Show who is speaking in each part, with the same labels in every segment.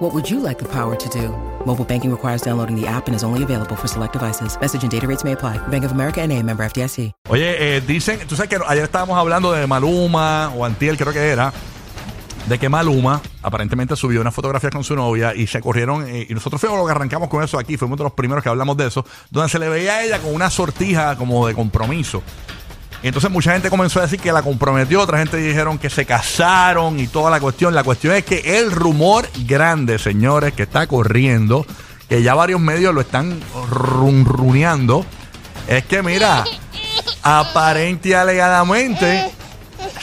Speaker 1: What would you like the power to do? Mobile banking requires downloading the app and is only available for select devices. Message and data rates may apply. Bank of America and a member FDIC.
Speaker 2: Oye, eh, dicen, tú sabes que ayer estábamos hablando de Maluma, o Antiel creo que era, de que Maluma aparentemente subió una fotografía con su novia y se corrieron, eh, y nosotros fuimos los que arrancamos con eso aquí, fuimos de los primeros que hablamos de eso, donde se le veía a ella con una sortija como de compromiso. Y entonces mucha gente comenzó a decir que la comprometió, otra gente dijeron que se casaron y toda la cuestión. La cuestión es que el rumor grande, señores, que está corriendo, que ya varios medios lo están runruneando, es que mira, aparente y alegadamente,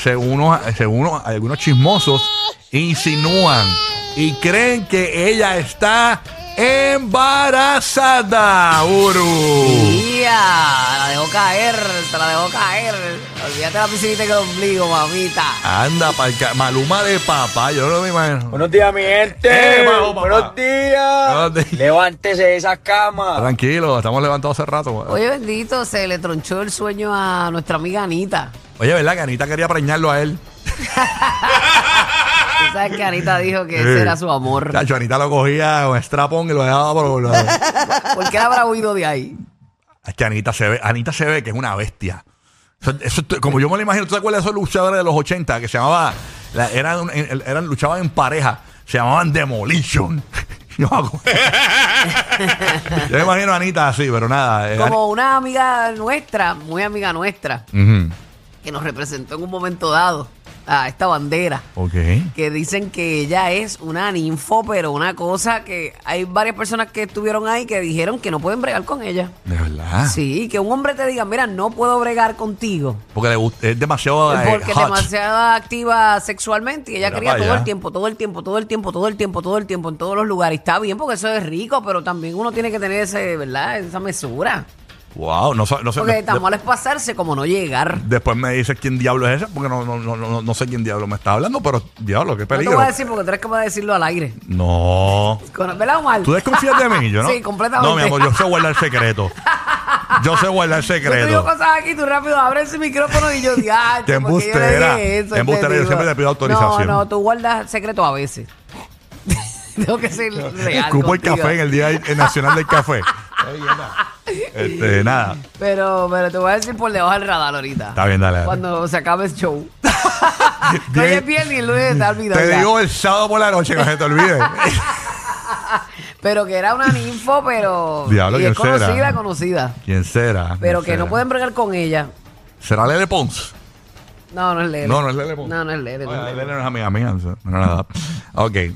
Speaker 2: según, unos- según unos- algunos chismosos, insinúan y creen que ella está embarazada, Uru.
Speaker 3: Ya, la dejó caer, te la dejó caer. Olvídate la piscinita que el ombligo, mamita.
Speaker 2: Anda, palca- Maluma de papá, yo no me imagino.
Speaker 4: Buenos días, mi gente.
Speaker 2: Eh, Ah. bajo, papá.
Speaker 4: Buenos
Speaker 2: Buenos días.
Speaker 4: días. Levántese de esa cama.
Speaker 2: Tranquilo, estamos levantados hace rato.
Speaker 3: Oye, bendito, se le tronchó el sueño a nuestra amiga Anita.
Speaker 2: Oye, ¿verdad que Anita quería preñarlo a él?
Speaker 3: Tú sabes que Anita dijo que
Speaker 2: Sí.
Speaker 3: ese era su amor.
Speaker 2: Chacho, Anita lo cogía con strapón y lo dejaba por... Lo... es
Speaker 3: ¿Por qué la habrá huido de ahí?
Speaker 2: que Anita se, ve, Anita se ve que es una bestia. Eso- eso es- como yo me lo imagino, ¿tú te acuerdas de esos luchadores de los 80 que se llamaba... la- eran, eran, luchaban en pareja, se llamaban Demolition. Yo me acuerdo. Yo me imagino a Anita así, pero nada. eh,
Speaker 3: Como una amiga nuestra, muy amiga nuestra,
Speaker 2: Ani-
Speaker 3: que nos representó en un momento dado a esta bandera.
Speaker 2: Ujú. Ok.
Speaker 3: que dicen que ella es una ninfo, pero una cosa que hay varias personas que estuvieron ahí que dijeron que no pueden bregar con ella.
Speaker 2: De verdad.
Speaker 3: Sí, que un hombre te diga, mira, no puedo bregar contigo.
Speaker 2: Porque le gusta, es demasiado eh,
Speaker 3: Porque es
Speaker 2: hot.
Speaker 3: demasiado activa sexualmente y ella
Speaker 2: Mira
Speaker 3: quería
Speaker 2: para
Speaker 3: todo
Speaker 2: allá.
Speaker 3: el tiempo, todo el tiempo, todo el tiempo, todo el tiempo, todo el tiempo, en todos los lugares. Y Está bien porque eso es rico, pero también uno tiene que tener ese, ¿verdad? esa mesura.
Speaker 2: Wow, no, sé- no sé.
Speaker 3: Porque
Speaker 2: de-
Speaker 3: tan malo es pasarse como no llegar.
Speaker 2: después me dices quién diablo es ese, porque no, no, no, no, no sé quién diablo me está hablando, pero diablo, qué
Speaker 3: No te
Speaker 2: peligro.
Speaker 3: voy a decir porque tú eres capaz de decirlo al aire.
Speaker 2: No.
Speaker 3: Con- ¿Verdad, Omar?
Speaker 2: Tú desconfías de mí, yo no.
Speaker 3: Sí, completamente.
Speaker 2: No, mi amor, yo sé guardar secreto. Yo sé guardar
Speaker 3: Yo te digo
Speaker 2: secreto.
Speaker 3: cosas aquí, tú rápido abres el micrófono y yo digo, ah,
Speaker 2: Qué embustera, qué embustera, yo siempre te pido autorización.
Speaker 3: No, no, tú guardas secreto a veces. Tengo que ser real.
Speaker 2: Escupo el
Speaker 3: contigo.
Speaker 2: café en el Día Nacional del Café. Ay, nada. este, nada.
Speaker 3: Pero, pero te voy a decir por debajo del radar ahorita.
Speaker 2: Está bien, dale, dale.
Speaker 3: Cuando se acabe el show. no
Speaker 2: Bien.
Speaker 3: es viernes y el lunes está olvidado.
Speaker 2: Te
Speaker 3: ya.
Speaker 2: digo el sábado por la noche, que no se te olvide.
Speaker 3: Pero que era una ninfo, pero.
Speaker 2: Diablo,
Speaker 3: y
Speaker 2: ¿quién
Speaker 3: es
Speaker 2: será?
Speaker 3: conocida, conocida.
Speaker 2: ¿Quién será?
Speaker 3: Pero
Speaker 2: ¿Quién
Speaker 3: que no
Speaker 2: será?
Speaker 3: pueden bregar con ella.
Speaker 2: ¿Será Lele Pons?
Speaker 3: No, no es Lele.
Speaker 2: No, no es Lele Pons.
Speaker 3: No, no es Lele. no es
Speaker 2: Oye,
Speaker 3: Lele.
Speaker 2: Lele no es amiga mía, no es nada. Ok.